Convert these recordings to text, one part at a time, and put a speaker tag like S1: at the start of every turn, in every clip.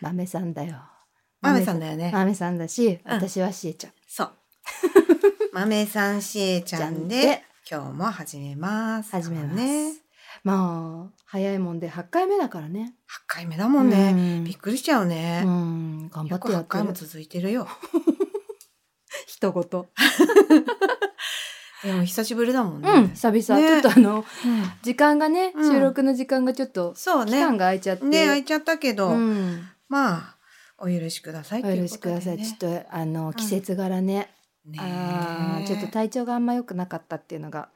S1: 豆さんだよ。
S2: 豆さんだよね
S1: 豆さんだし、
S2: うん
S1: 私はしえちゃん。
S2: そう。豆さんしえちゃん
S1: じゃん
S2: で、今日も始めます。
S1: 始めます。
S2: ね。8
S1: まあ早いもんで8回目だからね。
S2: 回目だもんね。
S1: ん
S2: びっくりしちゃうね。
S1: うん、頑張
S2: よ
S1: っ
S2: く
S1: てや
S2: 8
S1: って
S2: 回
S1: る
S2: も。続いてるよ。
S1: 一言。
S2: でも久しぶりだもんね。
S1: うん、久々、
S2: ね
S1: ちょっとあの
S2: うん
S1: 時間がね、
S2: うん
S1: 収録の時間がちょっと
S2: そう
S1: 期
S2: ね。
S1: 間
S2: ね、
S1: が空いちゃって、
S2: 空いちゃったけど、
S1: うん、
S2: まあ、お許しください
S1: お
S2: とい
S1: 許
S2: うこ
S1: し
S2: と
S1: く
S2: で、ね。
S1: ださい。ちょっとあの季節柄ね、
S2: ね
S1: あーちょっと
S2: え
S1: 体調があんま良くなかったっていうのが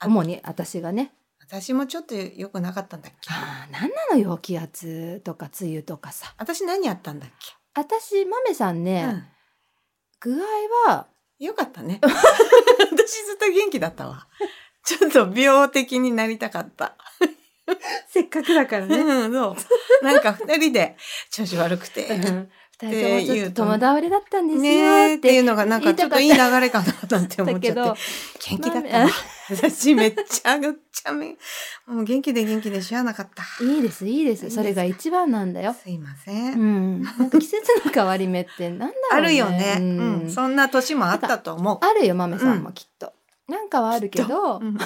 S2: あ
S1: 主に私がね。
S2: 私もちょっと良くなかったんだっけ
S1: あーなんなのよ気圧とか梅雨とかさ。
S2: 私何やったんだっ
S1: 私まめさん
S2: け、
S1: ね、
S2: うん
S1: 具合は
S2: よか ったね。私ずっと元気だったわ。ちょっと病的になりたかった。
S1: せっかくだからね。
S2: うん、そう。なんか二人で調子悪くて。
S1: うん二人ともちょっと友倒れだったんですよ
S2: ねえ
S1: っ
S2: ってい
S1: て
S2: うのがなんかちょっといい流れかななんて 思
S1: だ
S2: っ
S1: け
S2: ちゃって。
S1: ど
S2: 元気だった
S1: ま
S2: な。私めっちゃぐっちゃめ、もう元気で元気で知らなかった。
S1: いいですいいで
S2: いいですす
S1: それが一番なんだよ。
S2: すいません。
S1: うん、なんか季節の変わり目ってなんだろうね。
S2: あるよね、
S1: う
S2: うんん。そんな年もあったと思う。
S1: あるよ豆さんもきっと。なんかはあるけど、
S2: うん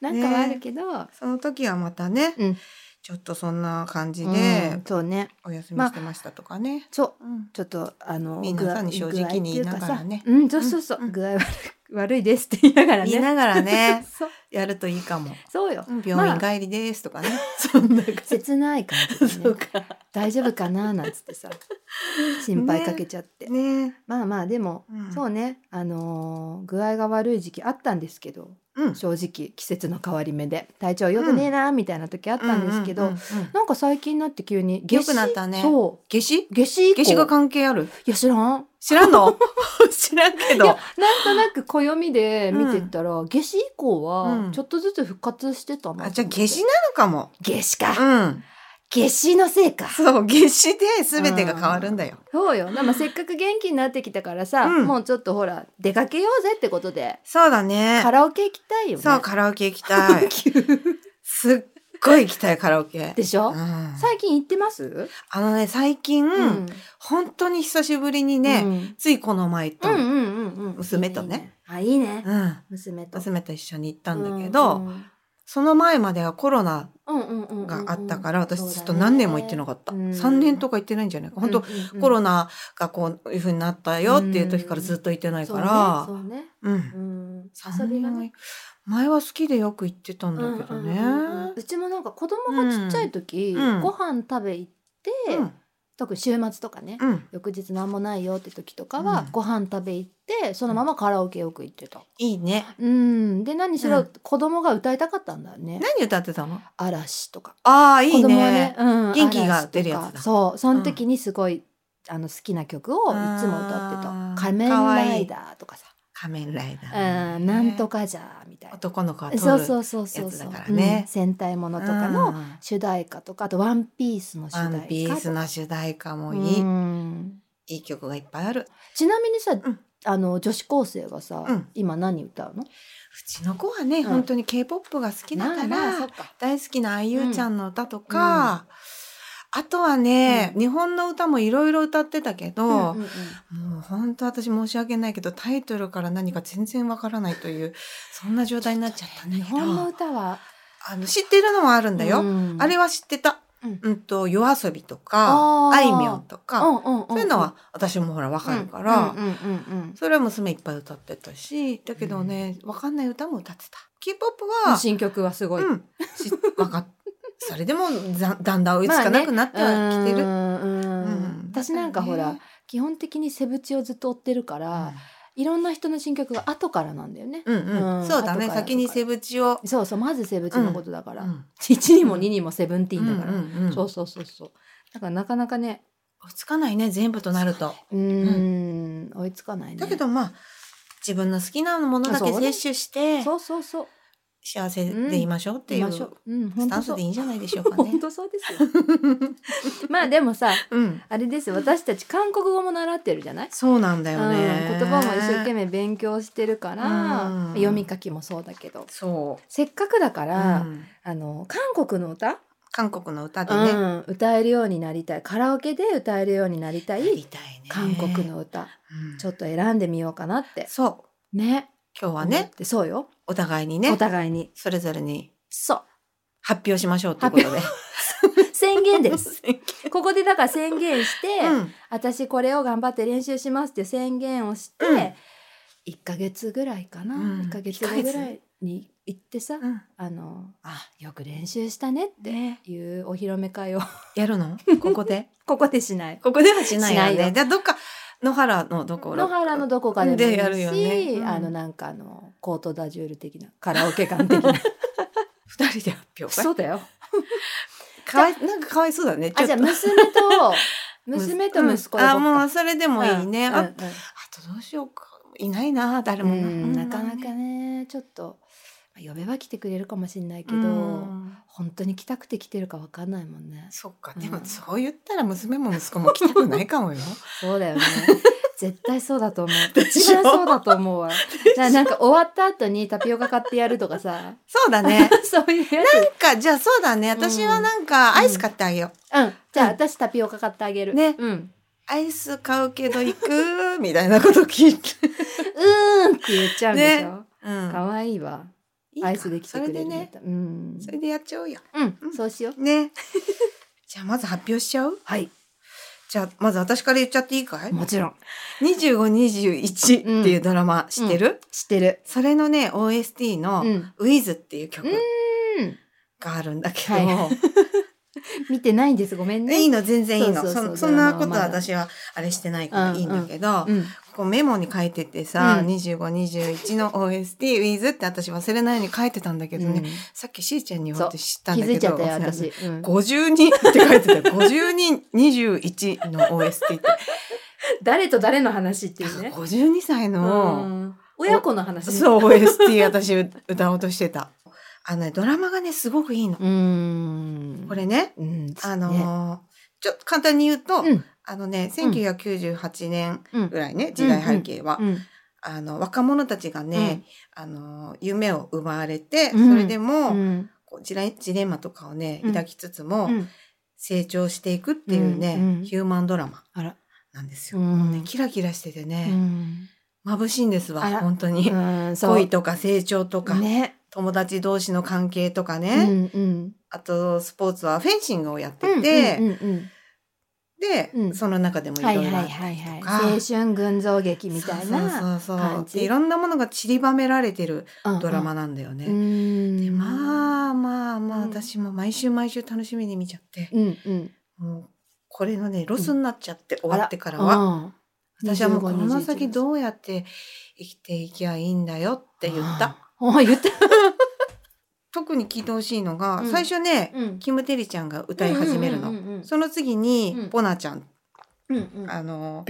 S1: なんかはあるけど、
S2: その時はまたね、
S1: うん
S2: ちょっとそんな感じ
S1: う
S2: で
S1: んそうね
S2: お休みしてましたとかね。
S1: そう
S2: うん
S1: ちょっとあの
S2: 皆さんに正直に言いながらね
S1: 具合っていうかさうんそうそうそう、
S2: うんうん
S1: 具合悪 い悪いですって言いながらね。
S2: 言いながら ね、
S1: そう
S2: やるといいかも。
S1: そうよ。
S2: うん病院帰りですとかね。 そんな感じ。
S1: 切ない感じ
S2: そ
S1: で
S2: う
S1: ね、
S2: か。
S1: 大丈夫かななんつって さ心配かけちゃって、
S2: ね。
S1: まあまあでも、
S2: うん
S1: そうねあのー具合が悪い時期あったんですけど
S2: うん。
S1: 正直季節の変わり目で体調良くねえなみたいな時あったんですけど、
S2: うんうんうん
S1: なんか最近になって急に
S2: 良くなったね
S1: そ
S2: 夏至
S1: う夏至以降
S2: 夏至が関係ある
S1: いや知らん
S2: 知らんの 知らんけ
S1: いや
S2: ど。
S1: なんとなく暦で見てたら、夏至以降
S2: う
S1: は
S2: ん
S1: ちょっとずつ復活してたなと思って、
S2: あ、じゃあ夏至なのかも。
S1: 夏至か、
S2: うん。
S1: 夏至のせいか
S2: そう、夏至で全てが変わるんだよ。
S1: そうよ、まあ、せっかく元気になってきたからさ、
S2: うん
S1: もうちょっとほら出かけようぜってことで
S2: そうだね
S1: カ。ラオケ行きたいよね。
S2: そう、カラオケ行きたい
S1: 急
S2: すっごい行きたい、カラオケ。
S1: でしょ、
S2: うん
S1: 最近行ってます
S2: あのね、最近、本当に久しぶりにね、
S1: うん
S2: ついこの前と、
S1: うんう
S2: うん、
S1: んうんうん
S2: 娘とね
S1: いいねあいいね、娘と
S2: 娘と一緒に行ったんだけど、
S1: うん
S2: その前まではコロナ
S1: うんうんうんうん
S2: があったから、私
S1: そうだね
S2: ずっと何年も行ってなかった。
S1: うん
S2: 3年とか行ってないんじゃないか。本当、
S1: うんうんうん
S2: コロナがこういう風になったよっていう時からずっと行ってないから、
S1: そうね
S2: う
S1: そ
S2: ん。
S1: うねうん
S2: 三
S1: 遊びがね
S2: 年前は好きでよく行ってたんだ
S1: うん
S2: けど
S1: うんうんうん
S2: ね。
S1: うちもなんか子供がちっちゃい時、
S2: うん
S1: ご飯食べ行って、
S2: うん。
S1: 特に週末とかね、
S2: うん。
S1: 翌日なんもないよって時とかは、
S2: うん
S1: ご飯食べ行ってそのままカラオケよく行ってた。
S2: いいね。
S1: うん、で何しろ、
S2: うん
S1: 子供が歌いたかったんだよね。
S2: 何歌ってたの
S1: 嵐とか。
S2: ああ、いい
S1: 子供はね
S2: ね。、
S1: うん、
S2: 元気が出るやつだ
S1: 嵐とかそう、その時にすごい、あの好きな曲をいつも歌って
S2: あ
S1: た
S2: ー。
S1: 仮面ライダーとかさ、
S2: 仮面ライダー
S1: う
S2: ね。
S1: ん、なんとかじゃみたいな。
S2: 男の子は撮る
S1: そうそうそうそう
S2: やつ
S1: そ
S2: だ
S1: う
S2: からね
S1: うん戦隊ものとか
S2: う
S1: の
S2: ん
S1: 主題歌とかあと「ワンピースの主題
S2: ワ
S1: 歌とか
S2: ンピースの主題歌もいい、
S1: うん
S2: いい曲がいっぱいある。
S1: ちなみにさ、
S2: ん
S1: あの女子高生がさ、
S2: うん
S1: 今何歌うの
S2: うちの子はね、
S1: ん
S2: 本当に K-POP が好きだから、
S1: まあまあそっか
S2: 大好きなあゆちゃんの歌とか、あとはね、
S1: う
S2: 日本の歌もいろいろ歌ってたけど、
S1: うんうんうん
S2: もう本当私申し訳ないけど、タイトルから何か全然わからないという、そんな状態になっちゃったんだ
S1: 日
S2: け
S1: 本の
S2: ど、
S1: 歌は
S2: あの、知ってるのはあるんだよ。
S1: うん
S2: あれは知ってた。
S1: うん
S2: うんと、夜遊びと
S1: あ
S2: か、
S1: ー
S2: あいみょんとか、
S1: んんん
S2: そういうのは私もほらわかるから、
S1: うんうんうんうん
S2: それは娘いっぱい歌ってたし、だけどね、わかんない歌も歌ってた。K-POP
S1: うん
S2: は、
S1: 新曲はすごい、
S2: うん、しわかっ それでもざだんだん追いつかなくなってはきてる。
S1: まあねうんうん
S2: うん
S1: 私なんかほら、
S2: ね
S1: 基本的にセブチをずっと追ってるから、いろんな人の新曲が後からなんだよね、
S2: うんうん、
S1: うん
S2: そうだね
S1: 後から
S2: 先にセブチを、
S1: そうそうまずセブチのことだか
S2: う
S1: ら、
S2: ん、
S1: 1にも2にもセブンティーンだから、
S2: うんうんうん
S1: そうそうそうそうだからなかなかね
S2: 追いつかないね全部となると。
S1: うーん追いつかないね
S2: だけどまあ自分の好きなものだ
S1: あ
S2: け
S1: そうね
S2: 摂取して
S1: そうそうそう
S2: 幸せでいましょうってい
S1: 行
S2: う
S1: きましょ
S2: ス
S1: ううん本
S2: タ
S1: 当
S2: ンス
S1: そう
S2: でいいんじゃないでしょうかね
S1: 本。当そうです よまあでもさ
S2: うん、
S1: あれですよ私たち韓国語も習ってるじゃない
S2: そうなんだよね。
S1: うん、言葉も一生懸命勉強してるから、
S2: うん
S1: 読み書きもそうだけど
S2: そ
S1: せっかくだか
S2: う。
S1: ら、
S2: うん
S1: あの韓国の歌
S2: 韓国の歌で
S1: う
S2: ね、
S1: ん、歌えるようになりたいカラオケで歌えるようになりた
S2: やり
S1: い
S2: たいね
S1: 韓国、の歌、
S2: うん
S1: ちょっと選んでみようかなって
S2: そう
S1: ね
S2: 今日
S1: 思
S2: は
S1: っ
S2: ね
S1: てそうよ、
S2: お互いにね
S1: お互いに
S2: それぞれに
S1: そう
S2: 発表しましょうということで
S1: 宣言です
S2: 宣
S1: ここでだから宣言して、
S2: 言うん
S1: 私これを頑張って練習しますっていう宣言をして、
S2: うん
S1: 1ヶ月ぐらいかな、
S2: うん
S1: 1ヶ月後ぐらいに行ってさ、
S2: うん
S1: あの
S2: あ
S1: よく練習したねって
S2: ね
S1: いうお披露目会を
S2: やるのここで
S1: ここでしない
S2: ここではしないよね
S1: しないよ
S2: じゃあどっか野原のどこ
S1: 野原のどこかでもいい
S2: で
S1: し、
S2: やるよねうん
S1: あのなんかあのコートダジュール的なカラオケ館 的な
S2: 二人で発表
S1: そうだよ
S2: かわいなんかかわいそうだねちょ
S1: あ
S2: っ
S1: じ
S2: と
S1: ゃあ娘 と娘と息子で
S2: う
S1: ど
S2: んあ
S1: っか
S2: もうそれでもいいね、
S1: うん
S2: あ
S1: うん
S2: あとどうしようかいないな誰
S1: うん
S2: もな,、
S1: うんなかなかねちょっとまあ呼べば来てくれるかもしれないけど、
S2: うん
S1: 本当に来たくて来てるかわかんないもんね
S2: そっか
S1: うん
S2: でもそう言ったら娘も息子も来たくないか もよ
S1: そうだよね絶対そうだと思う
S2: でしょ
S1: 一番そうだと思うわななんか終わった後にタピオカ買ってやるとか さ
S2: そうだね
S1: そういうや
S2: なんかじゃあそうだね私はなんかアイス買ってあげよう、
S1: つうんじゃあ
S2: うん
S1: 私タピオカ買ってあげる
S2: ね
S1: うん
S2: アイス買うけど行くみたいなこと聞いて、
S1: うーんって言っちゃうんでしょ、
S2: うん
S1: かわいいわ
S2: いいか
S1: アイスで来てくれる
S2: それで
S1: み
S2: ね
S1: たいうん
S2: それでやっちゃおうよ
S1: うん、
S2: うん
S1: そうしよう
S2: ね じゃあまず発表しちゃう
S1: はい
S2: じゃあまず私から言っちゃっていいかい
S1: もちろん
S2: 2521っていうドラマ知ってる、
S1: 知ってる
S2: それのね OST の
S1: う
S2: 「
S1: ん、
S2: ウィズっていう曲
S1: うん
S2: があるんだけど、
S1: は見てないんですごめんね
S2: いいの全然いい
S1: そ
S2: の
S1: うそうそう
S2: そんそんなこと
S1: ドラ
S2: は
S1: マまだ
S2: 私はあれしてないからいいんだけど、
S1: うん
S2: こうメモに書いててさ、
S1: うん
S2: 2521の OST「ウィズって私忘れないように書いてたんだけどね、
S1: う
S2: さっきしーちゃんに言われて知った
S1: ん
S2: ん
S1: 気
S2: だ
S1: づ
S2: け
S1: いちゃ
S2: ど
S1: ったよ私、うん
S2: 52って書いてたよ5221の OST って
S1: 誰と誰の話っていうね
S2: 52歳の、
S1: うん親子の話う
S2: そう OST 私歌おうとしてたあのねドラマがねすごくいいの、
S1: うーん
S2: これね
S1: うん
S2: あ
S1: ね
S2: のーちょっと簡単に言う
S1: う
S2: と、
S1: ん
S2: あのね
S1: うん
S2: 1998年
S1: うん
S2: ぐらいね、時代背景は、
S1: うん
S2: あの若者たちがね、あのー夢を奪われて、
S1: うん
S2: それでも、
S1: うん
S2: こうジレジレンマとかをね
S1: うん
S2: 抱きつつも、
S1: うん
S2: 成長していくっていうね、
S1: うんうん
S2: ヒューマンドラマ
S1: あら
S2: なんです
S1: う
S2: よ。
S1: ん
S2: ねキラキラしてて
S1: う
S2: ね、
S1: ん
S2: 眩しいんですわ
S1: あら
S2: 本当に、
S1: うんそう
S2: 恋とか成長とか、
S1: ね
S2: 友達同士の関係とかね、
S1: うんうん
S2: あとスポーツはフェンシングをやってて、
S1: うんうんうん
S2: で、
S1: うん
S2: その中でもい
S1: は
S2: ろ
S1: い
S2: い
S1: はい
S2: ろあ
S1: は
S2: っ
S1: い
S2: と
S1: は
S2: か
S1: い青春群像劇みたいな
S2: そうそうそう
S1: 感
S2: そう
S1: じ
S2: でいろんなものが散りばめられてるドラマ
S1: の
S2: なんだよね。で
S1: ねあ
S2: まあまあまあ、
S1: うん
S2: 私も毎週毎週楽しみに見ちゃって、
S1: うんうん
S2: もうこれのねロスになっちゃって、終わってからは、
S1: は
S2: 私はもうこの先どうやって生きていきゃいいんだよって言った。
S1: あ言った
S2: 特に聞いてほしいのが、
S1: うん
S2: 最初ね、
S1: うん
S2: キム・テリちゃんが歌い始めるの。
S1: うんうん
S2: その次に、
S1: うん
S2: ボナちゃん、
S1: うんうんうん
S2: あの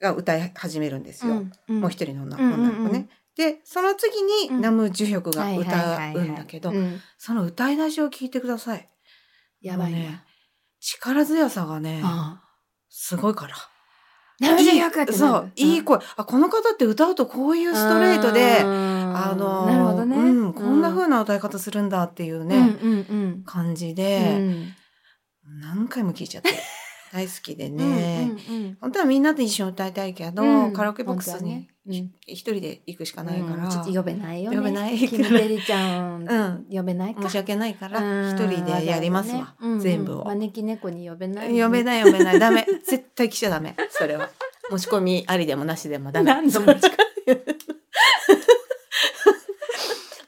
S2: が歌い始めるんですよ。
S1: うん
S2: もう一人の女,、
S1: うんうんうん
S2: 女の子ね。でその次に、
S1: うん
S2: ナム・ジュヒョク
S1: は
S2: が
S1: いはいはいはい
S2: 歌うんだけど、
S1: うん
S2: その歌い出しを聞いてください。
S1: やばい
S2: もうね
S1: ね
S2: 力強さがね、
S1: ああ
S2: すごいから。
S1: 70
S2: いい
S1: 100ってなる
S2: そう、いい声。あ、この方って歌うとこういうストレートで、あ
S1: あ
S2: のー
S1: なるほどね、
S2: うん、こんな風な歌い方するんだっていうね、
S1: うんうんうん
S2: 感じ
S1: う
S2: で、
S1: ん
S2: 何回も聴いち ゃって、大好きでね。
S1: うんうんうん
S2: 本当はみんなで一緒に歌いたいけど、
S1: うん
S2: カラオケボックスに
S1: 本当はね
S2: 一人で行くしかないから、
S1: うんちょっと呼べないよね
S2: 呼べない
S1: キムテリちゃん
S2: うん
S1: 呼べ ないか
S2: 申し訳ないから
S1: うん
S2: 一人でやりますわ、
S1: わざわざねうんうん
S2: 全部を、
S1: 招き猫に呼べない
S2: 読め
S1: ない
S2: ない読めないダメ絶対来ちゃダメそれは 持ち込みありでもなしでもダメ
S1: 何の持ち込み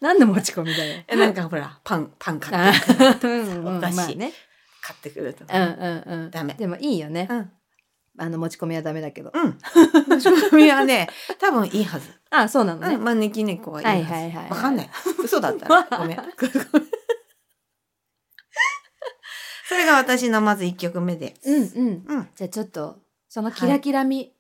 S1: 何の持ち込みだよ
S2: えなんかほらパンパン買
S1: あ
S2: って
S1: ーうんうん
S2: お菓子
S1: まあね
S2: 買ってくると
S1: うん
S2: か
S1: うんうん
S2: ダメ
S1: でもいいよね
S2: うん
S1: あの持ち込みはダメだけど
S2: うん持ち込みはね多分いいはず、
S1: あそうなの
S2: う
S1: ね
S2: ん、招き猫はいいはず、
S1: はいはいはいはい
S2: わかんない嘘だったらごめんそれが私のまず一曲目で
S1: うんうん
S2: うん
S1: じゃあちょっとそのキラキラみ、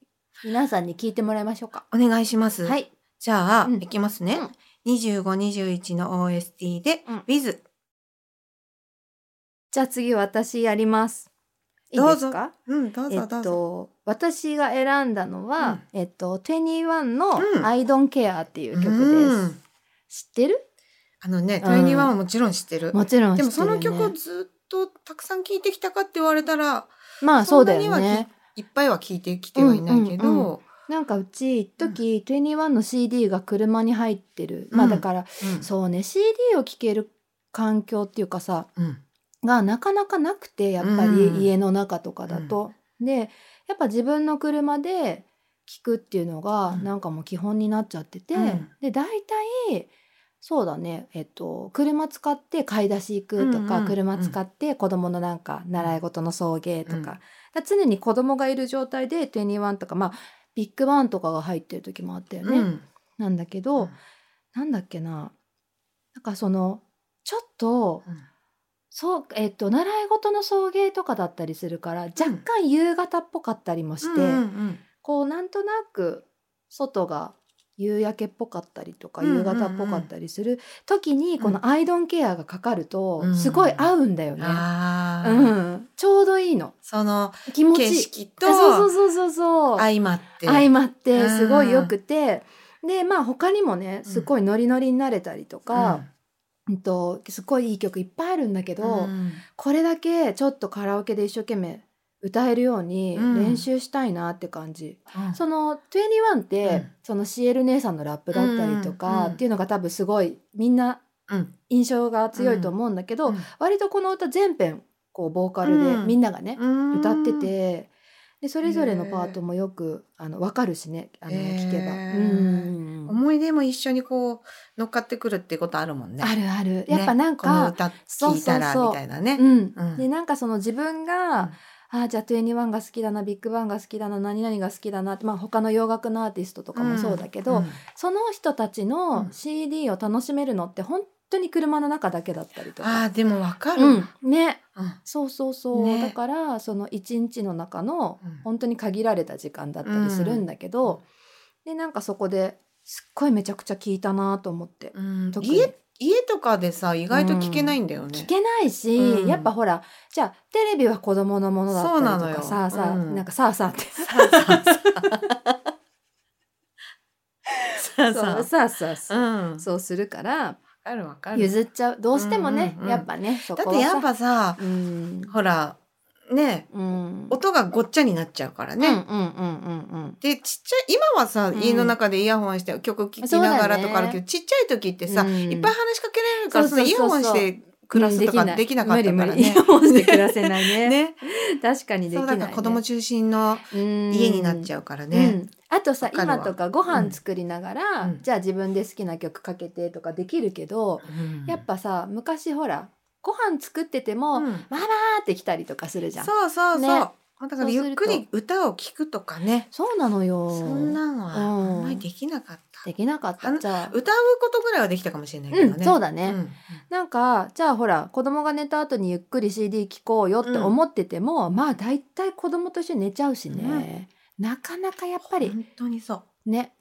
S1: 皆さんに聞いてもらいましょうか
S2: お願いします、
S1: はい
S2: じゃあ、
S1: うん
S2: いきますね、2521の OST で
S1: うん
S2: 「With、
S1: じゃあ次私やりますいい
S2: どう
S1: で
S2: ぞ
S1: すか
S2: うんどうぞど
S1: え
S2: う
S1: っ
S2: ぞ、
S1: と私が選んだのは、えっと21の
S2: う
S1: 「
S2: ん
S1: I Don't Care」っていう曲です、
S2: うん
S1: 知ってる
S2: あのね、
S1: うん
S2: トイニはもちろん知ってる。
S1: もちろん知ってる、ね、
S2: でもその曲をずっとたくさん聞いてきたかって言われたら
S1: まあそうだよ
S2: そんなには
S1: ね
S2: き。いっぱいは聞いてきてはいないけど、
S1: うんうんうんなんかうち一時21の CD が車に入ってる、まあ
S2: うん
S1: だから
S2: うん
S1: そうね CD を聴ける環境っていうかさ
S2: うん
S1: がなかなかなくてやっぱ
S2: うん
S1: り家の中とかだと。でやっぱ自分の車で聞くっていうのが
S2: うん
S1: なんかもう基本になっちゃってて、
S2: うん
S1: で大体そうだね、えっと、車使って買い出し行くとか、
S2: うんうん
S1: 車使って子供のなんか習い事の送迎とか,、
S2: うん
S1: だから常に子供がいる状態で21とかまあビッグバンとかが入ってる時もあったよね。
S2: うん
S1: なんだけ
S2: う
S1: ど、
S2: ん
S1: なんだっけななんかそのちょっと
S2: うん
S1: そうえっと習い事の送迎とかだったりするから若干夕方っぽかったりもして、
S2: うんうん
S1: こうなんとなく外が夕焼けっぽかったりとか
S2: うんうんうん
S1: 夕方っぽかったりする時にこ
S2: う
S1: のアイドンケアがかかると
S2: うん
S1: すごい合うんだよ
S2: うん
S1: ね。
S2: あ
S1: う
S2: ー、
S1: ん、ちょうどいいの
S2: その
S1: 気持ちい
S2: 景
S1: い
S2: 色と
S1: あそうそうそうそうそう
S2: 相まって
S1: 相まって
S2: うん
S1: すごいよくて、でまあ他にもねすごいノリノリになれたりとか、うんとすごいいい曲いっぱいあるんだけど、
S2: うん
S1: これだけちょっとカラオケで一生懸命歌えるように
S2: うん
S1: 練習したいなって感じ、
S2: うん
S1: その21って、
S2: うん
S1: そのシエル姉さんのラップだったりと
S2: うん
S1: か
S2: うん
S1: っていうのが多分すごいみんな
S2: うん
S1: 印象が強いと思うんだけど、割とこの歌全編こうボーカルで
S2: うん
S1: みんながね、
S2: うん
S1: 歌っててでそれぞれのパートもよくあの分かるしねあの、
S2: へー
S1: 聞けば。うん
S2: 思い出も一緒にこう乗っかってくるってことあるもんね。
S1: あ
S2: ね
S1: るあるやっぱなん
S2: この
S1: か、
S2: 歌聞いたら
S1: そうそうそう
S2: みたいなね。
S1: うん
S2: うん
S1: でなんかその自分が、あーじゃあ21が好きだなビッグバンが好きだな何々が好きだなって、まあ、他の洋楽のアーティストとかもそうだけど、
S2: うん
S1: その人たち
S2: う
S1: の
S2: ん
S1: CD を楽しめるのって本当に車の中だけだったりとか。
S2: あーでもわかる。
S1: うん、ね
S2: うん
S1: そうそうそう、
S2: ね
S1: だからその一日の中の
S2: うん
S1: 本当に限られた時間だったりするんだけど、でなんかそこですっごいめちゃくちゃ聞いたなと思って、
S2: うん
S1: 特に
S2: 家家とかでさ意外と聞けないんだよね。
S1: 聞けないし、
S2: うん
S1: やっぱほらじゃあテレビは子供のものだっ
S2: そう
S1: た
S2: なの
S1: りとか
S2: よ
S1: さあさあ、
S2: うん
S1: なんかさあさあって
S2: さ
S1: そ
S2: あさ
S1: うそう
S2: あ
S1: そうそう
S2: うん。
S1: そうするから
S2: わかるわかる。
S1: 譲っちゃうどうしてもね、
S2: うんうんうん
S1: やっぱねそ
S2: だ
S1: こ
S2: っ
S1: は
S2: て
S1: さ
S2: やっぱさ
S1: うん
S2: ほらね
S1: うん
S2: 音がごっちゃになっちゃうからね。
S1: うんうんうんうん
S2: でちっちゃい今はさ、
S1: うん
S2: 家の中でイヤホンして曲聴きながらとかあるけど、ちっちゃい時ってさ、
S1: うん
S2: いっぱい話しかけられるから
S1: そうそ
S2: そ
S1: うそう
S2: のイヤホンして暮らすとかできなかったからね。
S1: 無理無理 イヤホンで暮らせないね
S2: ね
S1: 確かにでき
S2: そう
S1: な
S2: だ
S1: い、
S2: か
S1: ね
S2: ら、子供中心の家
S1: 家
S2: になっち
S1: ゃ
S2: ゃうから
S1: う
S2: ね。
S1: んあとさ
S2: わかるわ
S1: 今とかご飯作りながら、
S2: うん
S1: じゃあ自分で好きな曲かけてとかできるけど、
S2: うん
S1: やっぱさ昔ほらご飯作ってても、
S2: うん
S1: ママーって来たりとかするじゃん
S2: そうそうそう。
S1: ね
S2: だからゆっく
S1: そうす
S2: り歌を聴くとかね。
S1: そうなのよ
S2: そんなのは
S1: うん
S2: あんまりできなかった。
S1: できなかっ
S2: あ
S1: た
S2: の
S1: じゃあ
S2: 歌うことぐらいはできたかもしれないけどね。
S1: うんそうだね
S2: ん
S1: なんかじゃあほら子供が寝た後にゆっくり CD 聴こうよって思ってても、まあ大体子供と一緒に寝ちゃうしね、なかなかやっぱり
S2: 本当にそ
S1: ね、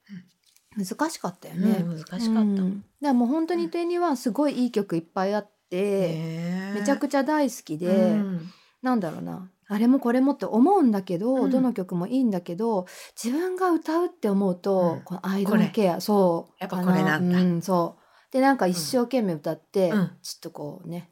S1: 難しかったよ
S2: う。ね
S1: ね。
S2: 難しかった。
S1: うんだからもう本当に21すごいいい曲いっぱいあって、
S2: ね
S1: めちゃくちゃ大好きで、
S2: うん
S1: なんだろうなあれもこれもって思うんだけど、
S2: うん
S1: どの曲もいいんだけど自分が歌うって思うと、
S2: うん
S1: このアイドルケアそう
S2: やっぱこれなんだ
S1: かうん、そうでなんか一生懸命歌って、
S2: うん
S1: ちょっとこうね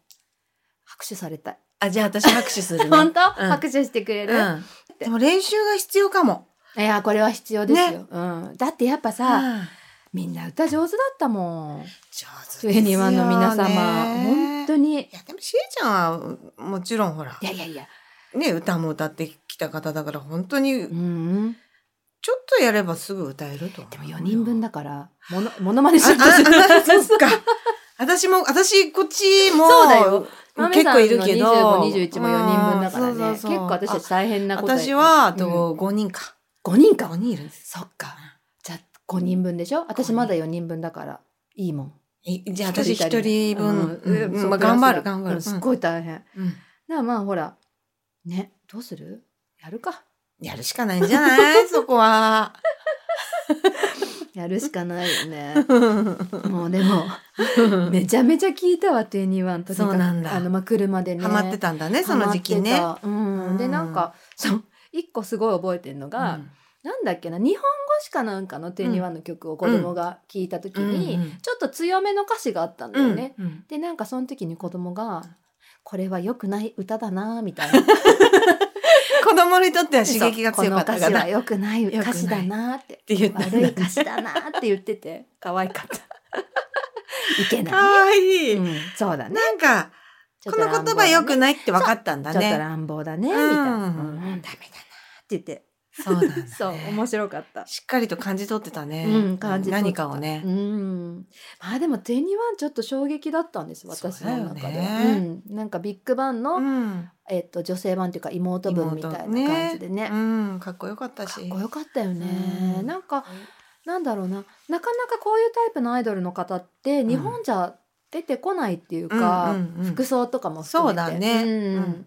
S1: 拍手され たい、
S2: あじゃあ私拍手する ね。
S1: 本当、
S2: うん
S1: 拍手してくれる、
S2: うんでも練習が必要かも。
S1: いやこれは必要ですよ、うん、だってやっぱさ、
S2: うん
S1: みんな歌上手だったもん
S2: 上手ですよね。
S1: 21の皆様本当
S2: に。
S1: にい
S2: いやでもしえちゃんはもちろんほら
S1: やいやいや
S2: ね歌も歌ってきた方だから本当
S1: う
S2: に
S1: ん
S2: ちょっとやればすぐ歌えると思う。
S1: でも4人分
S2: だ。
S1: だからものもの まねし
S2: あ
S1: ようとする
S2: ああそっか。私も私こっちも
S1: そうだよ
S2: 結構いるけど
S1: 二十五、21も4人分だからね。
S2: うんそうそうそう
S1: 結構私たち大変なことやって
S2: 私はあと5人か。
S1: 五人
S2: 5
S1: か。
S2: 人いるんです。
S1: そっか。じゃあ五人分でしょ。私まだ四人分だからいいもん。
S2: いじゃあ私
S1: 一
S2: 1人分。
S1: うん
S2: うん
S1: うん
S2: まあ
S1: プラ
S2: 頑
S1: ス
S2: 張る頑張
S1: う
S2: る。
S1: んすっごい大変。だか
S2: うん
S1: らまあほらねどうする？やるか。
S2: やるしかないんじゃない そこは。
S1: やるしかないよね。
S2: ハ
S1: もうでもめちゃめちゃ聞いたわ21とにかく
S2: そうなんだ
S1: あのまあ車でね。
S2: マってたんだね、その時期ね。
S1: ハマってたうん。でなんかそう一個すごい覚えてるのが。なんだっけな日本語しかなんかの21の曲を子供が聞いた時に、
S2: うんうん
S1: ちょっと強めの歌詞があったんだ
S2: う
S1: よ
S2: ん
S1: ね。でなんかその時に子供がこれは良くない歌だなみたいな
S2: 子供にとっては 刺激が強かった
S1: そうこの歌
S2: か
S1: 詞
S2: な。
S1: は良くない
S2: 良くない
S1: 歌詞だなって
S2: て言ったんだ
S1: 悪い歌詞だなって言って て可愛かった いけ
S2: か
S1: な
S2: わい
S1: い、
S2: い、
S1: うん、そうだね
S2: なんか、
S1: ちょっ
S2: ことの言葉良くないって分かったんだ
S1: ちょっと
S2: ね。
S1: 乱暴だね、
S2: うん
S1: みたいな、うん、ダメだなって言って
S2: そうなんだ、ね。
S1: そう面白かった、
S2: しっかりと感じ取ってたね。
S1: うん感じ取ってた
S2: 何かをね
S1: う。んまあでも「テニワンちょっと衝撃だったんです私の中で
S2: そう
S1: う、
S2: だよね
S1: ん、なんかビッグバンの、
S2: うん。
S1: えっと女性版というか妹分みたいな感じでね
S2: うん、かっこよかった
S1: か
S2: し。
S1: っこよかったよね、
S2: うん
S1: なんかなんだろうななかなかこういうタイプのアイドルの方って日本じゃ出てこないっていうか、
S2: うんうんうん
S1: 服装とかも含めて
S2: そうだね
S1: ん
S2: うん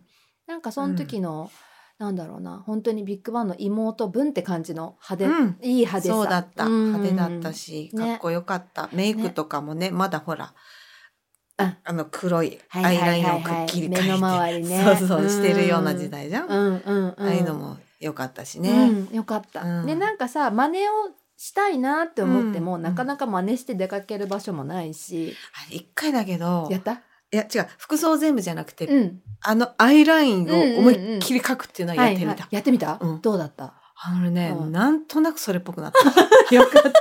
S1: なんかその時の、なんだろうな本当にビッグバンの妹分って感じの派手、
S2: うん
S1: いい派手さ
S2: そうだった。
S1: うん
S2: 派手だったし、
S1: ね
S2: かっこよかった。メイクとかもね、まだほら、
S1: あ
S2: あの黒い
S1: はい
S2: ア
S1: はい
S2: イ
S1: はいは
S2: ラ
S1: い
S2: インをくっきり描いて、
S1: 目の周りね
S2: そうそうう、
S1: ん
S2: してるような時代じゃん。
S1: う
S2: あ
S1: んうんうん
S2: あいうのも良かったしね。
S1: うん、よかった、
S2: うん
S1: でなんかさ真似をしたいなって思っても、
S2: うん
S1: なかなか真似して出かける場所もないし、
S2: あれ一回だけど、
S1: やった
S2: いや違う、服装全部じゃなくて、
S1: うん
S2: あのアイラインを思いっきり描くっていうのは
S1: は
S2: やっ
S1: い
S2: てみ
S1: は
S2: た。
S1: いやってみた、
S2: うん
S1: どうだった
S2: あのね、
S1: うん
S2: なんとなくそれっぽくなった。 よかった。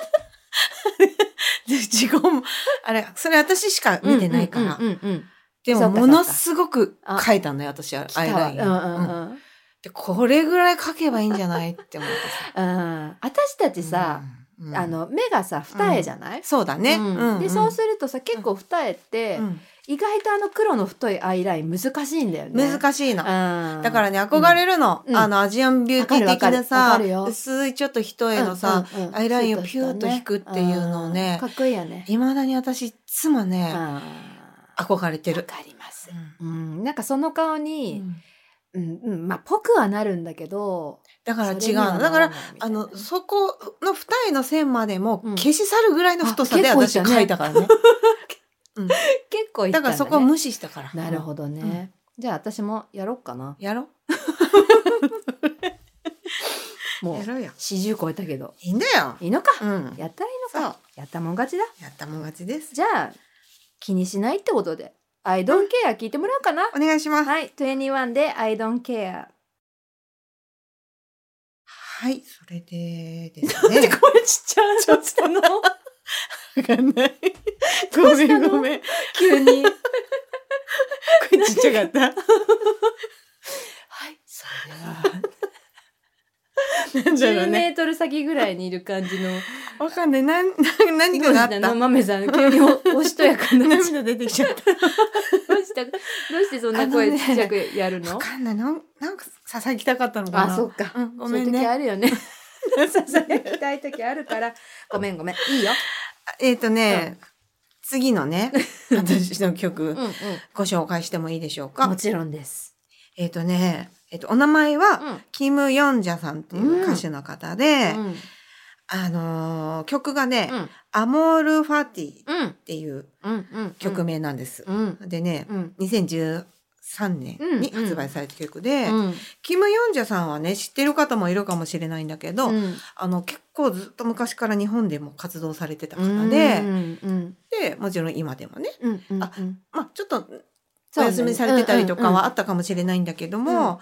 S2: で自己も、あれ、それ私しか見てないから。
S1: うんうんうんうん
S2: で
S1: そ
S2: も、
S1: うか
S2: ものすごく
S1: あ
S2: 描いたのよ、私は、
S1: 来
S2: アイ
S1: た
S2: ラ
S1: わ
S2: イ
S1: う
S2: ンを。
S1: んう
S2: うん
S1: んうん
S2: で、これぐらい描けばいいんじゃないって思って
S1: うん私たち
S2: さ。
S1: さ、
S2: うん、うん
S1: あ、の目がさ二重じゃない、
S2: そうだね。
S1: うん
S2: うん
S1: でそうするとさ結構二重って、
S2: うん
S1: 意外とあの黒の太いアイライン難しいんだよね。
S2: 難しいの。
S1: うん
S2: だからね、憧れるの。
S1: うん
S2: あの、アジアンビューティー的な
S1: わかるわかるわ
S2: さ
S1: かる、よ
S2: 薄いちょっと一重のさ、、
S1: うんうんうん
S2: アイラインをピューッと引くっていうのをね
S1: うんかっこいいよね。
S2: いまだに私いつもね、
S1: あー
S2: 憧れて
S1: わ
S2: る。
S1: かります
S2: う。ん
S1: うん、なんかその顔
S2: う
S1: に、
S2: ん
S1: うん、うん、まあぽくはなるんだけど、
S2: だか
S1: そ
S2: ら違
S1: れ
S2: う
S1: には
S2: の。
S1: な
S2: だから
S1: な、いみたい
S2: あ
S1: な
S2: の、そこの二重の線までも
S1: うん
S2: 消し去るぐらいの太さで
S1: あ結
S2: 私
S1: 構いったね
S2: 描いたからね。
S1: 結構いった
S2: だ
S1: んだ、
S2: から
S1: ね、
S2: そこは無視したから。
S1: なるほどね。じゃあ私もやろっかな。
S2: うん。やろ
S1: もう
S2: やろうよ。
S1: 四十超えたけど。
S2: いいんだよ。
S1: いいのか。
S2: うん。
S1: やったらいいの
S2: そう
S1: か。やったもん勝ちだ。
S2: やったもん勝ちです。
S1: じゃあ気にしないってことで、アイドンケア聞いてもらおうかな。
S2: お願いします。
S1: はい、21でアイドンケア。
S2: はい。それでで すね。
S1: これちっちゃい。ちょっとの
S2: わかんない。ごめんごめん。こ
S1: 急に。
S2: れちっちゃか った。
S1: はい。
S2: それは。なんだろう
S1: 10
S2: ね。
S1: メートル先ぐらいにいる感じの。
S2: わかんない。なん、 なん何かがあっ
S1: どうした
S2: た
S1: の。豆さん、 急におおしとやかになっちゃう
S2: 涙出てきちゃっ
S1: どうしたどうしてそんな
S2: あ
S1: 声
S2: の
S1: ち
S2: ね
S1: っちゃくやる
S2: た。
S1: の
S2: わかんない。なん、なんかささやきたかったのかな。
S1: あ、そっか。
S2: うん、ごめん
S1: そういう時
S2: ね。
S1: あるよね。ささやきたい時あるから。ごめんごめん。いいよ。
S2: えっ、とね、次の ね、私の曲、
S1: うんうん。
S2: ご紹介してもいいでしょう
S1: も
S2: か。
S1: ちろんです。
S2: えっ、とね、えっ、と、お名前は、
S1: うん。
S2: キム・ヨンジャさんっていう歌手の方で、
S1: うん。
S2: あのー曲がね、
S1: うん。
S2: アモール・ファティっ
S1: うん。
S2: ていう
S1: うん。うん。
S2: 曲。名なんです。
S1: うん。
S2: でね、
S1: うん。
S2: 2013年に発売された曲で、
S1: うん。
S2: キム・ヨンジャさんはね、知ってる方もいるかもしれないんだけど、
S1: うん。
S2: あの結構ずっと昔から日本でも活動されてた方で,、
S1: うん。うん。
S2: でもちろん今でもね、
S1: うん。うん。
S2: あ
S1: うん
S2: まあ、ちょっとお
S1: そうね
S2: 休みされてたりとか
S1: うんうんう
S2: は
S1: ん
S2: あったかもしれないんだけど
S1: う
S2: も、
S1: ん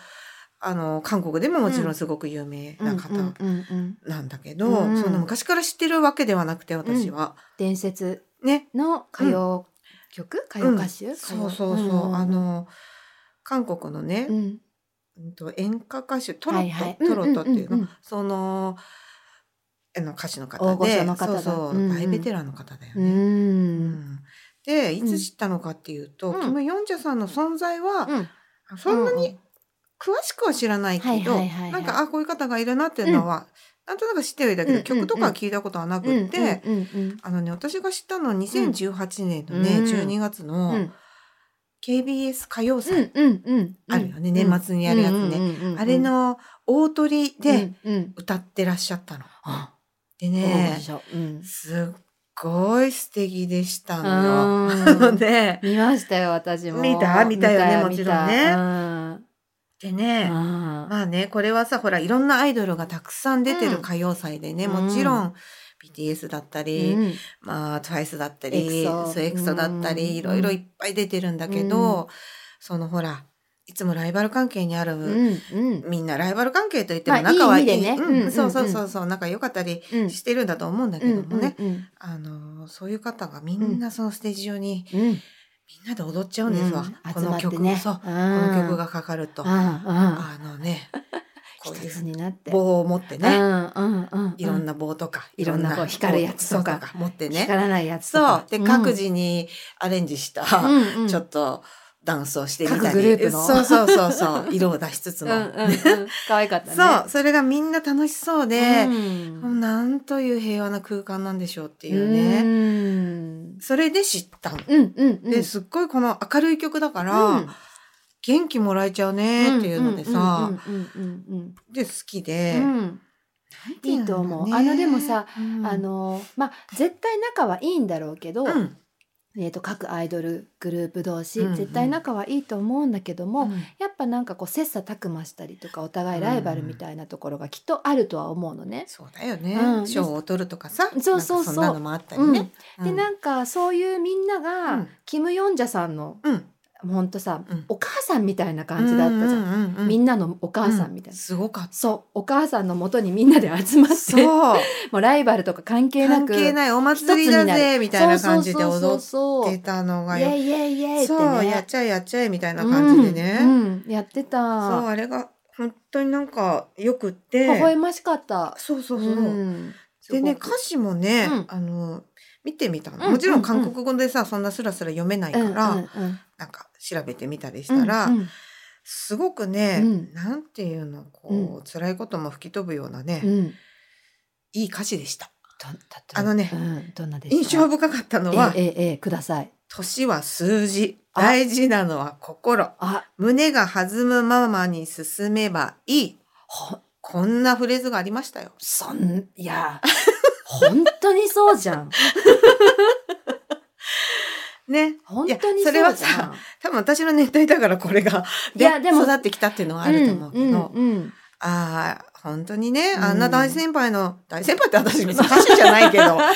S2: あの韓国でももちろんすごく有名な方
S1: うんうんうん、
S2: なんだけど、
S1: うんうん
S2: そんな昔から知ってるわけではなくて私は。
S1: 伝説
S2: ね、
S1: の歌謡曲、歌謡歌手、歌
S2: そ
S1: 謡
S2: うそうそう、
S1: ん
S2: あの韓国のね
S1: う、ん
S2: うんと演歌歌手トロット、
S1: はいはい
S2: トロットって
S1: う
S2: いうの、
S1: んうんうんうん
S2: そのあの歌手の方
S1: 大御
S2: で
S1: 所の方だ
S2: そうそう、
S1: うんうん
S2: 大ベテランの方だよ
S1: う
S2: ね。
S1: ん
S2: でいつ知ったのかっていうと、
S1: うん
S2: キム・ヨンジャさんの存在は、
S1: うん
S2: そんなに詳しくは知らないけど、
S1: はいはいはいはい
S2: なんかあこういう方がいるなっていうのは、なんとなく知ってはいたけど、
S1: うん
S2: 曲とかは聞いたことはなくって、
S1: うんうんうん
S2: あのね私が知ったのは2018年のね、
S1: うん
S2: 12月
S1: うんう
S2: の
S1: ん
S2: KBS 歌謡祭、
S1: うんうん
S2: あるよね年末にやるやつねあれの大トリで歌ってらっしゃったの。で
S1: 大御
S2: ね
S1: 所うん
S2: すっごい素敵でしたのよ。
S1: うん
S2: で
S1: 見ましたよ私も
S2: 見た見たよねもちろんね
S1: ね
S2: でね、まあね、これはさ、ほら、いろんなアイドルがたくさん出てる歌謡祭でね、
S1: うん
S2: もちろん、BTS だったり、まあ、TWICE だったり、
S1: EXO
S2: そう EXO だったり、
S1: うん
S2: いろいろいっぱい出てるんだけど、そのほら、いつもライバル関係にある、
S1: うんうん
S2: みんなライバル関係といっても
S1: まあ
S2: 仲はいい。
S1: いい意味でね
S2: うん
S1: うんうん
S2: そうそうそうそう、仲良かったり
S1: うん
S2: してるんだと思うんだけどもね。
S1: うんうん
S2: あの、そういう方がみんなそのステージ上に、
S1: うん
S2: みんなで踊っちゃうんですわ。
S1: うん
S2: こ
S1: 集ま
S2: の
S1: ってね
S2: 曲もそう。この曲がかかると。あ
S1: あ
S2: のね、こうい
S1: 一つ
S2: う
S1: になって
S2: 棒を持っ
S1: う
S2: てね、
S1: んうんうん
S2: いろん
S1: な
S2: な棒とか、
S1: いろんな棒光るやつとか
S2: そう持ってね。
S1: 光らないやつと
S2: そう
S1: か。
S2: で、各自にアレンジした、
S1: うんうん
S2: ちょっとダンスをしてみたり。
S1: 各グループの
S2: そうそうそ うそう。色を出しつつ
S1: う
S2: も。
S1: んうんうん可愛かったね
S2: そう、それがみんな楽しそうで、
S1: うん
S2: なんという平和な空間なんでしょうって
S1: う
S2: いうね。
S1: ん
S2: それで知ったの。
S1: うんうんうん
S2: で、すっごいこの明るい曲だから、
S1: うん
S2: 元気もらえちゃうねっていうので
S1: う
S2: さ、
S1: んうんうん
S2: で、好き
S1: うん
S2: で
S1: うんう、ん
S2: なんていう
S1: い
S2: んだろ
S1: いと思う
S2: ね
S1: あのでもさ、
S2: うん
S1: あ、のまあ絶対仲はいいんだろうけど、
S2: うん、
S1: えー、と各アイドルグループ同士、
S2: うんうん
S1: 絶対仲はいいと思うんだけども、
S2: うん
S1: やっぱなんかこう切磋琢磨したりとかお互いライバルみたいなところがきっとあるとは思うのね。
S2: そうだよね
S1: うん。
S2: 賞、を取るとかさ、
S1: そうそうそう
S2: なんかそんなのもあったりね。
S1: うんでなんかそういうみんなが、
S2: うん
S1: キム・ヨンジャさんの
S2: うん、
S1: ほんとさ、
S2: うん
S1: お母さんみたいな感じだったじゃん、
S2: ゃん。
S1: み
S2: なん
S1: なのお母さんみたいな。
S2: うすごかっ。
S1: そうお母さんのもとにみんなで集まったて
S2: そう。
S1: もうライバルとか関係な
S2: 関
S1: く
S2: 係ないお祭りだぜみたいな感じで踊っ
S1: そうそうそう
S2: てたの
S1: そう
S2: が
S1: イ
S2: よ
S1: エイイエイイエイって
S2: そうやっ
S1: ね
S2: ちゃえやっちゃえみたいな感じでね、
S1: うんうんやって
S2: そう
S1: た
S2: あれが本当になんかよく
S1: 微
S2: って
S1: 笑ましかった
S2: そうそうそう、
S1: うん
S2: でね
S1: すご
S2: 歌詞もね、
S1: うん
S2: あの見てみた
S1: うんうん
S2: のもちろん韓国語でさそんなスラスラ読めないから、
S1: くうんうん
S2: なんか調べてみたりし
S1: うん
S2: たら、
S1: うん
S2: すごくね、
S1: うん
S2: なんていうのこう、辛いことも吹き飛ぶようなね、
S1: うん
S2: いい歌詞でした
S1: どん例えば
S2: あのね
S1: うんどんなで
S2: 印
S1: すか
S2: 象深かったのは、
S1: ええええください
S2: 年は数字
S1: あ
S2: 大事なのは心
S1: あ
S2: 胸が弾むままに進めばいい
S1: ほ
S2: こんなフレーズがありましたよ。
S1: そんい や本当にそうじゃん
S2: ね。
S1: 本当に
S2: いやそれはさ
S1: うじゃん
S2: 多分私の年代だからこれが、
S1: いやでも
S2: 育ってきたっていうのはあると思うけど、
S1: うんうんうん
S2: ああ、本当にね、
S1: うん
S2: あんな大先輩の、大先輩って私 別に歌手じゃないけど、
S1: 完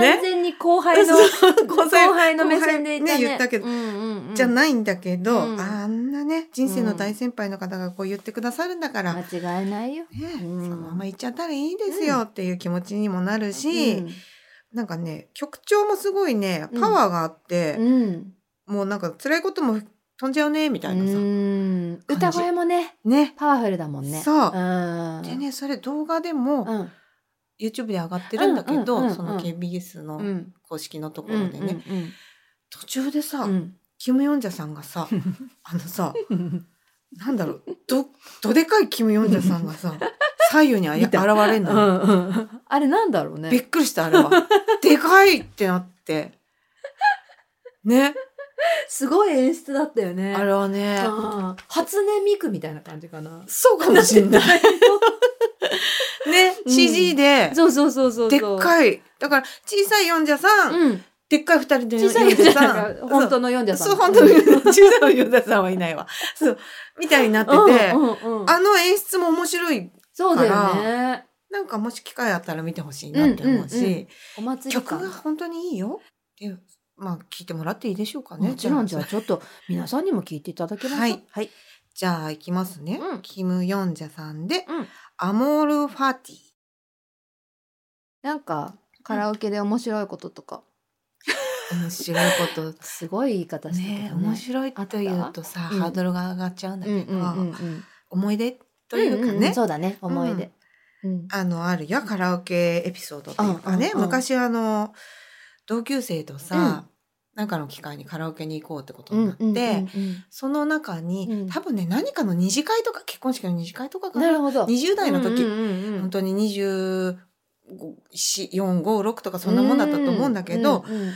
S1: 全に後 輩の、後
S2: 後輩
S1: 輩の目線で
S2: 後輩ね言ったけど
S1: うんうんうん
S2: じゃないんだけど、
S1: うん
S2: あんなね、人生の大先輩の方がこう言ってくださるんだから、ね、
S1: 間違いないよ。
S2: そ
S1: うん
S2: のまま行っちゃったらいいですよっていう気持ちにもなるし、なんかね、曲調もすごいね、パワーがあって
S1: う、ん、
S2: もうなんか辛いことも飛んじゃうね、みた
S1: う
S2: いなさ。
S1: ん、
S2: じ
S1: 歌声もね、
S2: ね。
S1: パワフルだもんね。
S2: そう
S1: うん、
S2: でね、それ動画でも、
S1: うん、
S2: YouTube で上がってるんだけど、
S1: うんうんうんうん
S2: その KBS の
S1: うん、
S2: 公式のとこ
S1: う
S2: ろ
S1: ん、
S2: でね、
S1: うん、
S2: 途中でさ、
S1: うん、
S2: キム・ヨンジャさんが さあのさ
S1: うん、
S2: なんだろうどどでかいキム・ヨンジャさんが さ左右にあや
S1: 見
S2: 現
S1: た
S2: れん
S1: う
S2: の、
S1: んうん あれなんだろう
S2: びっ
S1: ね。
S2: くりしたあれ はでかいってなってね
S1: すごい演出だったよね。
S2: あれはね
S1: うん初音ミクみたいな感じかな。
S2: そうかもしんないね、
S1: うん
S2: CG で
S1: そうそうそうそうそう。
S2: でっかいだから小さいヨンジャさん、
S1: うん、
S2: でっかい二人で
S1: 小さい
S2: ヨン
S1: 読者
S2: ジャさ
S1: さ
S2: ん
S1: んが本当の読んじゃさん。
S2: そう、本当に、小さいユダさんはいないわ。そう、みたいになってて、
S1: うんうんうん、
S2: あの演出も面白い。
S1: そうだよね。
S2: なんかもし機会あったら見てほしいなって思うし、
S1: うんうんお祭り
S2: 曲
S1: 感。
S2: が本当にいいよっていう、まあ聞いてもらっていいでしょうかね。
S1: もちろんじ
S2: じ
S1: ゃ
S2: ゃ
S1: あ
S2: あ。
S1: ちょっと皆さんにも聞いていただけますか。
S2: はい
S1: はい。
S2: じゃあ行きますね。
S1: うん
S2: キム・ヨンジャさんで、
S1: うん
S2: アモール・ファティ。
S1: なんかカラオケで面白いこととか、
S2: 面白いこと。
S1: すごい言い方したけ
S2: ね
S1: どね。
S2: 面白いというとさ、
S1: あった
S2: ハードルが上がっちゃうんだ
S1: うん
S2: けど、
S1: うんうんうん。
S2: 思い出というかね、
S1: んんんそうだね。思い出。うん。
S2: あの、あるよ、カラオケエピソードっていうかね、
S1: うんうんうん
S2: 昔あの、同級生とさ、なんかの機会にカラオケに行こうってこと
S1: うん
S2: に
S1: う
S2: なっ
S1: ん
S2: て、
S1: うんうん
S2: その中に、
S1: うん
S2: 多分ね、何かの二次会とか、結婚式の二次会とかか
S1: な
S2: な。
S1: るほど。
S2: 20代の時、
S1: うんうんうんうん
S2: 本当に24、5、6とかそんなもんだったと思うんだけど、
S1: うんうんうん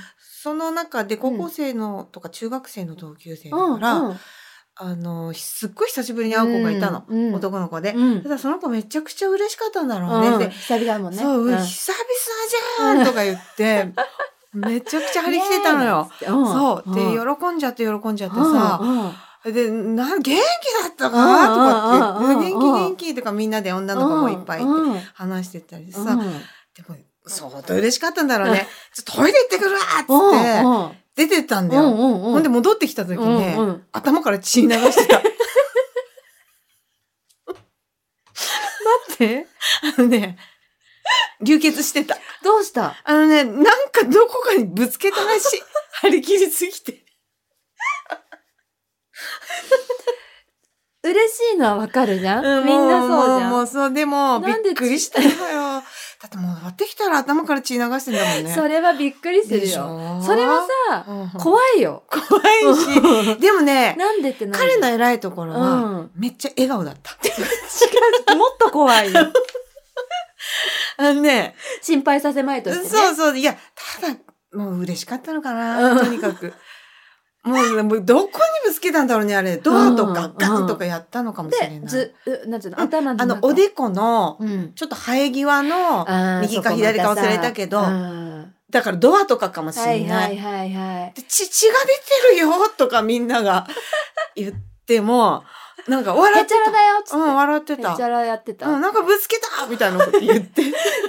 S2: その中で高校生のとか中学生の同級生だから、
S1: うんうん
S2: あの、すっごい久しぶりに会う子がいたの。
S1: うん
S2: 男の子で。
S1: うん
S2: ただその子めちゃくちゃ嬉しかったんだろうね。
S1: う
S2: で
S1: ん久々だもんね。
S2: そう、
S1: ん
S2: 久々じゃんとか 言って、めちゃくちゃ張り切ってたのよ。。
S1: イエーイなんつって
S2: そう。で、
S1: ん
S2: 喜んじゃって喜んじゃって
S1: うん
S2: さ、
S1: うん
S2: で、な、元気だったかとかって、
S1: うんうんうん
S2: で元気元気とかみんなで女の子もいっぱいいて
S1: うん
S2: 話してたり
S1: う
S2: さ、
S1: ん
S2: でも、相当嬉しかったんだろうね。ちょっとトイレ行ってくるわっつって、
S1: うん
S2: 出てったんだ
S1: う
S2: よ。
S1: んうんうん。
S2: ほんで戻ってきた時ね、
S1: うんうん
S2: 頭から血流してた。待って。あのね、流血してた。
S1: どうした
S2: あのね、なんかどこかにぶつけたらしい。 張り切りすぎて。
S1: 嬉しいのはわかるじゃん、
S2: う
S1: みんなそうじゃん。
S2: もうもうそう、でも、び
S1: な
S2: っ
S1: んで
S2: くりしたよ。だってもう割ってきたら頭から血流してんだもんね。
S1: それはびっくりす
S2: で
S1: る
S2: し
S1: よ。
S2: ょ
S1: それはさ、
S2: うんうん
S1: 怖いよ。
S2: 怖いし。でもね、
S1: なんでってなる
S2: 彼の偉いところは、
S1: うん
S2: めっちゃ笑顔だった。
S1: もっと怖いよ。
S2: あのね、
S1: 心配させまいとして、ね。
S2: そうそう。いや、ただ、もう嬉しかったのか
S1: うん
S2: な、とにかく。もう、もうどこにぶつけたんだろうね、あれ。ドアと
S1: う
S2: か
S1: ん、
S2: ガンとかやったのかもしれない。
S1: で、ず、うなんていうの、
S2: うん
S1: 頭の中
S2: あの、お、でこの、
S1: うん。
S2: ちょっと生え際の、
S1: あー
S2: 右か左か忘れたけど
S1: そこま
S2: だからドアとかかも
S1: た
S2: し
S1: さうんは
S2: れ
S1: い
S2: な。
S1: はいいはいはい。
S2: で血血が出てるよとかみんな が言っても、なんか笑
S1: へ
S2: っ
S1: ちゃらだよっつ
S2: う
S1: っ
S2: ん、笑って
S1: て。へ
S2: た
S1: ち。ゃらやってた。
S2: うん、なんかぶつけたみたいなこと言って。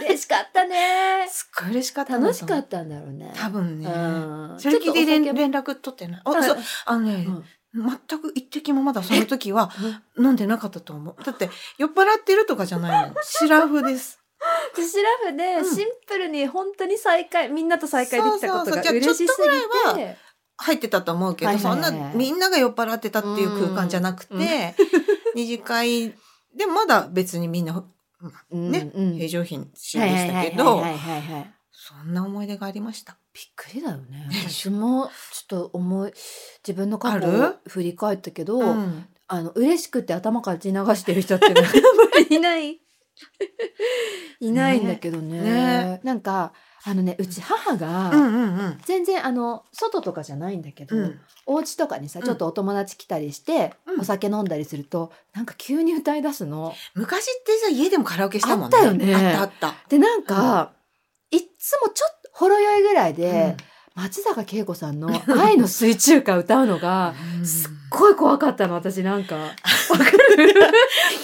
S1: 嬉しかったね。
S2: すっごい嬉しかったんだ
S1: 楽
S2: と
S1: し
S2: 思う
S1: かったんだろうね。
S2: 多分ね。
S1: うん
S2: それ聞いて連
S1: ちょっとお酒も
S2: 連絡取ってない。あ、そう、あのね、
S1: うん
S2: 全く一滴もまだその 時は飲んでなかったと思う。だって酔っ払ってるとかじゃないの。 シラフです。
S1: でシラフで
S2: うん
S1: シンプルに本当に再会、みんなと再会できたこと
S2: そうそう
S1: が
S2: そう
S1: 嬉しすぎて
S2: じゃあちょっとぐら入ってたと思うけど、
S1: はいはいはい
S2: そんなみんなが酔っ払ってたっていう空間じゃなくて、
S1: うんうん
S2: 二次会でまだ別にみんなね
S1: うんうん
S2: 平常品中でした
S1: は
S2: けど
S1: い、はいはいはいはいはい
S2: そんな思い出がありました。
S1: びっくりだよね私もちょっと思い自分の過去
S2: あ
S1: を
S2: る
S1: 振り返ったけど、
S2: うん
S1: あの嬉しくて頭から血流してる人って のはやっぱりいない いないんだけどね
S2: ね
S1: なんかあのねうち母が、
S2: うんうん
S1: 全然あの外とかじゃないんだけど、
S2: うん。
S1: お家とかにさ
S2: うん
S1: ちょっとお友達来たりして、
S2: うん
S1: お酒飲んだりするとなんか急に歌い出すの。
S2: 昔ってさ家でもカラオケしたもん
S1: あったよね
S2: あったあっ
S1: でなんか、いっつもちょっとほろ酔いぐらい
S2: た。
S1: で、松坂慶子さんの「愛の水中歌」歌うのが
S2: うん
S1: すっごい怖かったの私なんか。わか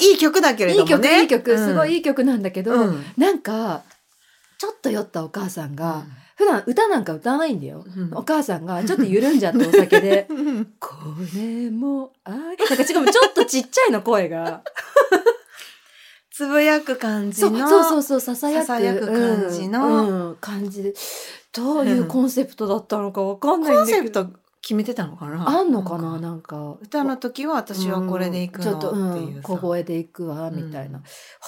S2: いい曲だけ
S1: る
S2: れ
S1: いい
S2: ども
S1: 曲
S2: ね。
S1: いい曲すごい
S2: い
S1: いい曲なんだけど、
S2: うん。
S1: なんかちょっと酔ったお母さんが、普段歌なんか歌わないんだよ。
S2: うん
S1: お母さんがちょっと緩んじゃってお酒 で
S2: うん
S1: これも愛なんかしかもちょっとちっちゃいの声が
S2: つぶやく感じ
S1: そう
S2: の。
S1: そうそうそうささやく
S2: ささやく感じの
S1: うんうん感じでどういうコンセプトだったのかわかんないん
S2: コ
S1: だ
S2: ン
S1: けど
S2: セプト決めてたのかな
S1: あんのかななんか
S2: 歌の時は私はこれでいくの
S1: うんちょっとう
S2: ってい
S1: ん
S2: う
S1: 小
S2: さ。
S1: 声でいくわみたいな
S2: う
S1: わ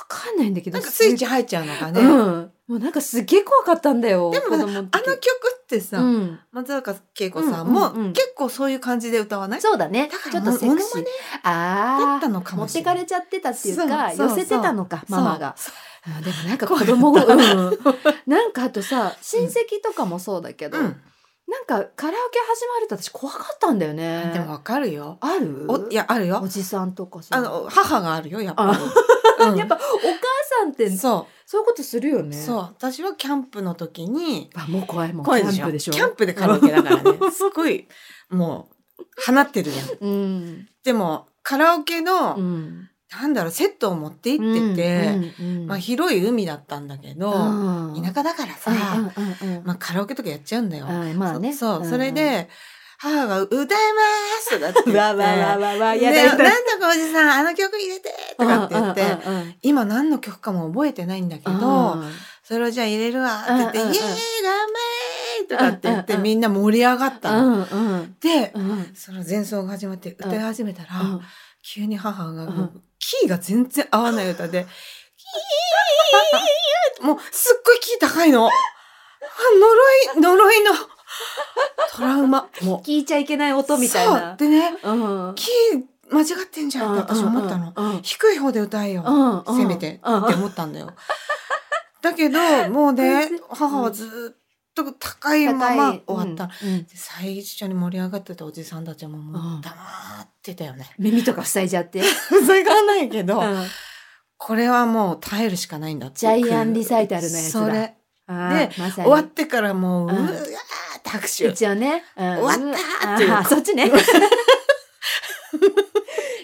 S1: かんないんだけど
S2: なんかスイッ
S1: チ
S2: チ入っちゃうのかね。
S1: ね
S2: あの
S1: もうなんかすっげえ怖かったんだよ
S2: でも
S1: 子供の時
S2: 曲ってさ、
S1: うん
S2: 松坂慶子さんも
S1: うんうんうん
S2: 結構そういう感じで歌わない
S1: そうだね
S2: だから
S1: ちょっとセクシー
S2: モノマネだ
S1: あ
S2: っ
S1: あ
S2: たのか
S1: 持
S2: も
S1: っ
S2: してれ
S1: か
S2: ない。
S1: れちゃってたっていうか
S2: そうそうそう
S1: 寄せてたのかママが
S2: そう
S1: うんでもなんか子供 が、うん、なんかあとさ親戚とかもそうだけど、
S2: うん。
S1: なんかカラオケ始まると私怖かったんだよね。
S2: でもわかるよ。
S1: ある
S2: おいやある
S1: お
S2: よ。
S1: じさんとかさ
S2: あの母があるよやっぱ
S1: あ
S2: り。う ん
S1: やっぱお母さんってそ
S2: そう
S1: いうことするよ
S2: う
S1: ね。
S2: そう私はキャンプの時に
S1: あもう怖いもん
S2: 怖い
S1: キャンプでしょ。
S2: キャンプでカラオケだから ね。すごいもう放ってるじゃん。
S1: うん
S2: でもカラオケの、
S1: うん
S2: なんだろうセットを持って行ってて、
S1: うんうん
S2: まあ、広い海だったんだけど、
S1: うん
S2: 田舎だからさ、
S1: うんうんうん
S2: まあ、カラオケとかやっちゃうんだよ。
S1: うんまあね
S2: そそう、
S1: んん
S2: それで母が「歌います」と かって言って「
S1: わわわわわ
S2: ね
S1: やだやだ
S2: なんとかおじさんあの曲入れて」とかって言って。
S1: うんうんうん
S2: 今何の曲かも覚えてないんだけど、
S1: うん
S2: それをじゃあ入れるわって言って
S1: う
S2: 「
S1: んうんうん
S2: イエーイ頑張れ!」とかって言って、
S1: うんうんうん
S2: みんな盛り上がった
S1: う
S2: の。
S1: んうん
S2: で、
S1: うん
S2: その前奏が始まって歌い始めたら、
S1: うん
S2: 急に母が、
S1: うん
S2: キーが全然合わない歌で、キーもうすっごいキー高いの。あ呪い、呪いのトラウマ。も
S1: 聞いちゃいけない音
S2: う。
S1: みたい
S2: そう
S1: な。
S2: でね、
S1: うん
S2: キー間違ってんじゃんって私思ったの。
S1: うんうん
S2: 低い方で歌えよ。
S1: うんうん
S2: せめてって
S1: うん
S2: 思ったんだよ。だけど、も うね
S1: 全然、
S2: 母はずっと高いま
S1: 高
S2: ま
S1: い
S2: 終わった。
S1: うんうん
S2: で最初に盛り上がってたおじさんたちももう黙ってたよね。
S1: 耳とか塞いじゃって、
S2: それがないけど、
S1: うん
S2: これはもう耐えるしかないんだって
S1: ジャイアンリサイタルのやつだ
S2: それ、
S1: あーまさ
S2: 終
S1: に
S2: わってからもう、う
S1: うん
S2: わーって拍手。
S1: 一応ね、うん
S2: 終わったーっていう
S1: あーそっちね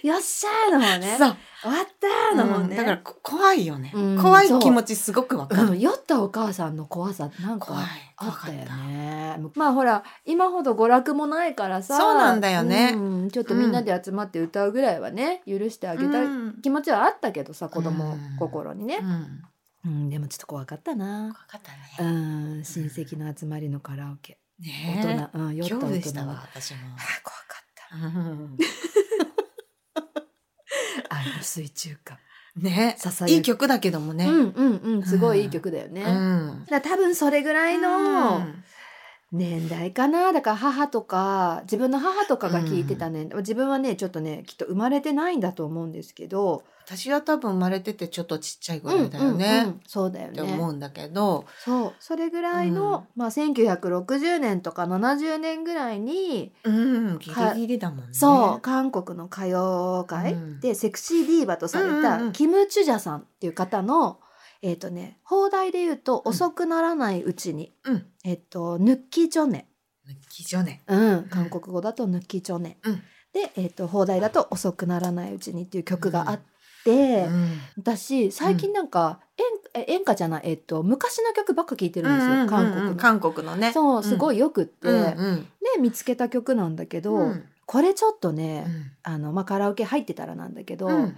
S1: よっしゃーの方ね
S2: そう
S1: 終わったーの方
S2: うん
S1: ね、
S2: だからこ怖いよね、
S1: うん
S2: 怖い気持ちすごくわか
S1: う
S2: る、
S1: ん酔ったお母さんの怖さなんか
S2: 怖い
S1: あ
S2: 怖
S1: っ
S2: か
S1: た
S2: っ
S1: よ
S2: た、
S1: ねまあほら今ほど娯楽もないからさ
S2: そうなんだよね
S1: うんちょっとみんなで集まって歌うぐらいはね、許してあげたい
S2: うん
S1: 気持ちはあったけどさ子供
S2: うん
S1: 心にね、
S2: うん
S1: うん、でもちょっと怖かったな
S2: 怖。かった
S1: う
S2: ね、
S1: ん、親戚の集まりのカラオケ。
S2: ねえ
S1: 大人、うん、酔った大人
S2: 恐怖でした
S1: は
S2: わ私も
S1: あ、ー怖か
S2: うん、
S1: った。あの水中歌。
S2: ね
S1: ささやき
S2: いい曲だけどもね、
S1: うんうんうん、すごいいい曲だよね。
S2: うん
S1: だから多分それぐらい
S2: うん
S1: の年代かな。だから母とか、自分の母とかが聞いてたね。自分はね、ちょっとね、きっと生まれてないんだと思うんですけど。
S2: 私は多分生まれててちょっとちっちゃいぐ
S1: うん
S2: らいだよね、
S1: うんうんそうだよ
S2: って思
S1: ね。
S2: うんだけど、
S1: そう。それぐらいの、まあ1960年とか70年ぐらいに、
S2: うん、ギリギリだもんね。
S1: そう、韓国の歌謡界、
S2: うん
S1: でセクシーディーバとされ
S2: うんうんう
S1: た
S2: ん
S1: キム・チュジャさんっていう方の、えっ、とね放題で言うと「
S2: うん
S1: 遅くならないうちに」
S2: うん。
S1: えっ、と「ヌッキチョネ
S2: 抜きじゃね。」
S1: うん、韓国語だと「ヌッキチョネ」
S2: うん
S1: で、えっと放題だと「遅くならないうちに」っていう曲があって、
S2: うん
S1: 私最近なんか演え演歌じゃない、えっと昔の曲ばっか聴いてるんですよ、韓国の。
S2: 韓国のね。
S1: そうすご
S2: い。
S1: いよくって、
S2: うんうん。
S1: で見つけた曲なんだけど、
S2: うん
S1: これちょっとね、
S2: うん
S1: あのまあ、カラオケ入ってたらなんだけど、
S2: うん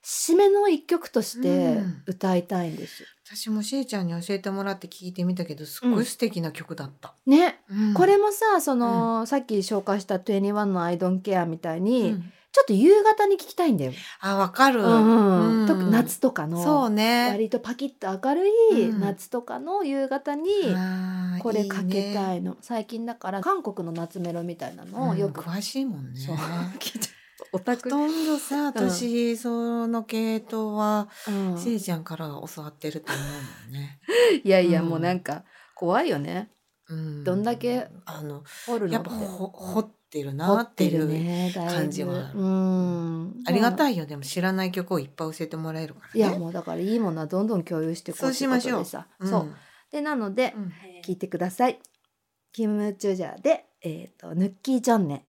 S1: 締めの一曲として
S2: うん
S1: 歌いたいんです。
S2: 私もしーちゃんに教えてもらって聞いてみたけど、すっごい素敵な曲だった。
S1: ね、
S2: うん
S1: これもさその、さっき紹介した「21の I don't care」みたいうに、
S2: ん
S1: ちょっと夕方に聞きたいんだよ。
S2: あ、わかる。
S1: うん
S2: うん
S1: と夏とか
S2: そ
S1: の、
S2: うね。
S1: 割とパキッと明るい
S2: うん
S1: 夏とかの夕方に
S2: あー
S1: これかけた
S2: い
S1: いの最近だから韓国の夏メロみたいなのを
S2: ね。
S1: よ
S2: よ
S1: く、
S2: く詳しいもんね。
S1: そう 聞いちゃうオタ
S2: ほとんどさ、私、その系統は、
S1: うん
S2: せいちゃんから教わってると思うもんね。
S1: いやいや、
S2: うん
S1: もうなんか怖いよね
S2: う
S1: どんだけ
S2: あの
S1: 掘るの
S2: やっぱほ掘ってるなっていう
S1: ねだいぶ
S2: 感じはある
S1: うん
S2: ありが
S1: い
S2: たいよでも知らない曲をいっぱい教えてもらえるから、ね、
S1: いやもうだからいいものはどんどん共有していこう
S2: そうしましょう
S1: ってことでさ、
S2: うん、
S1: そうでなので
S2: うん
S1: 聞いてくださいキム・チュジャでえっ、とヌッキー・ジョンネ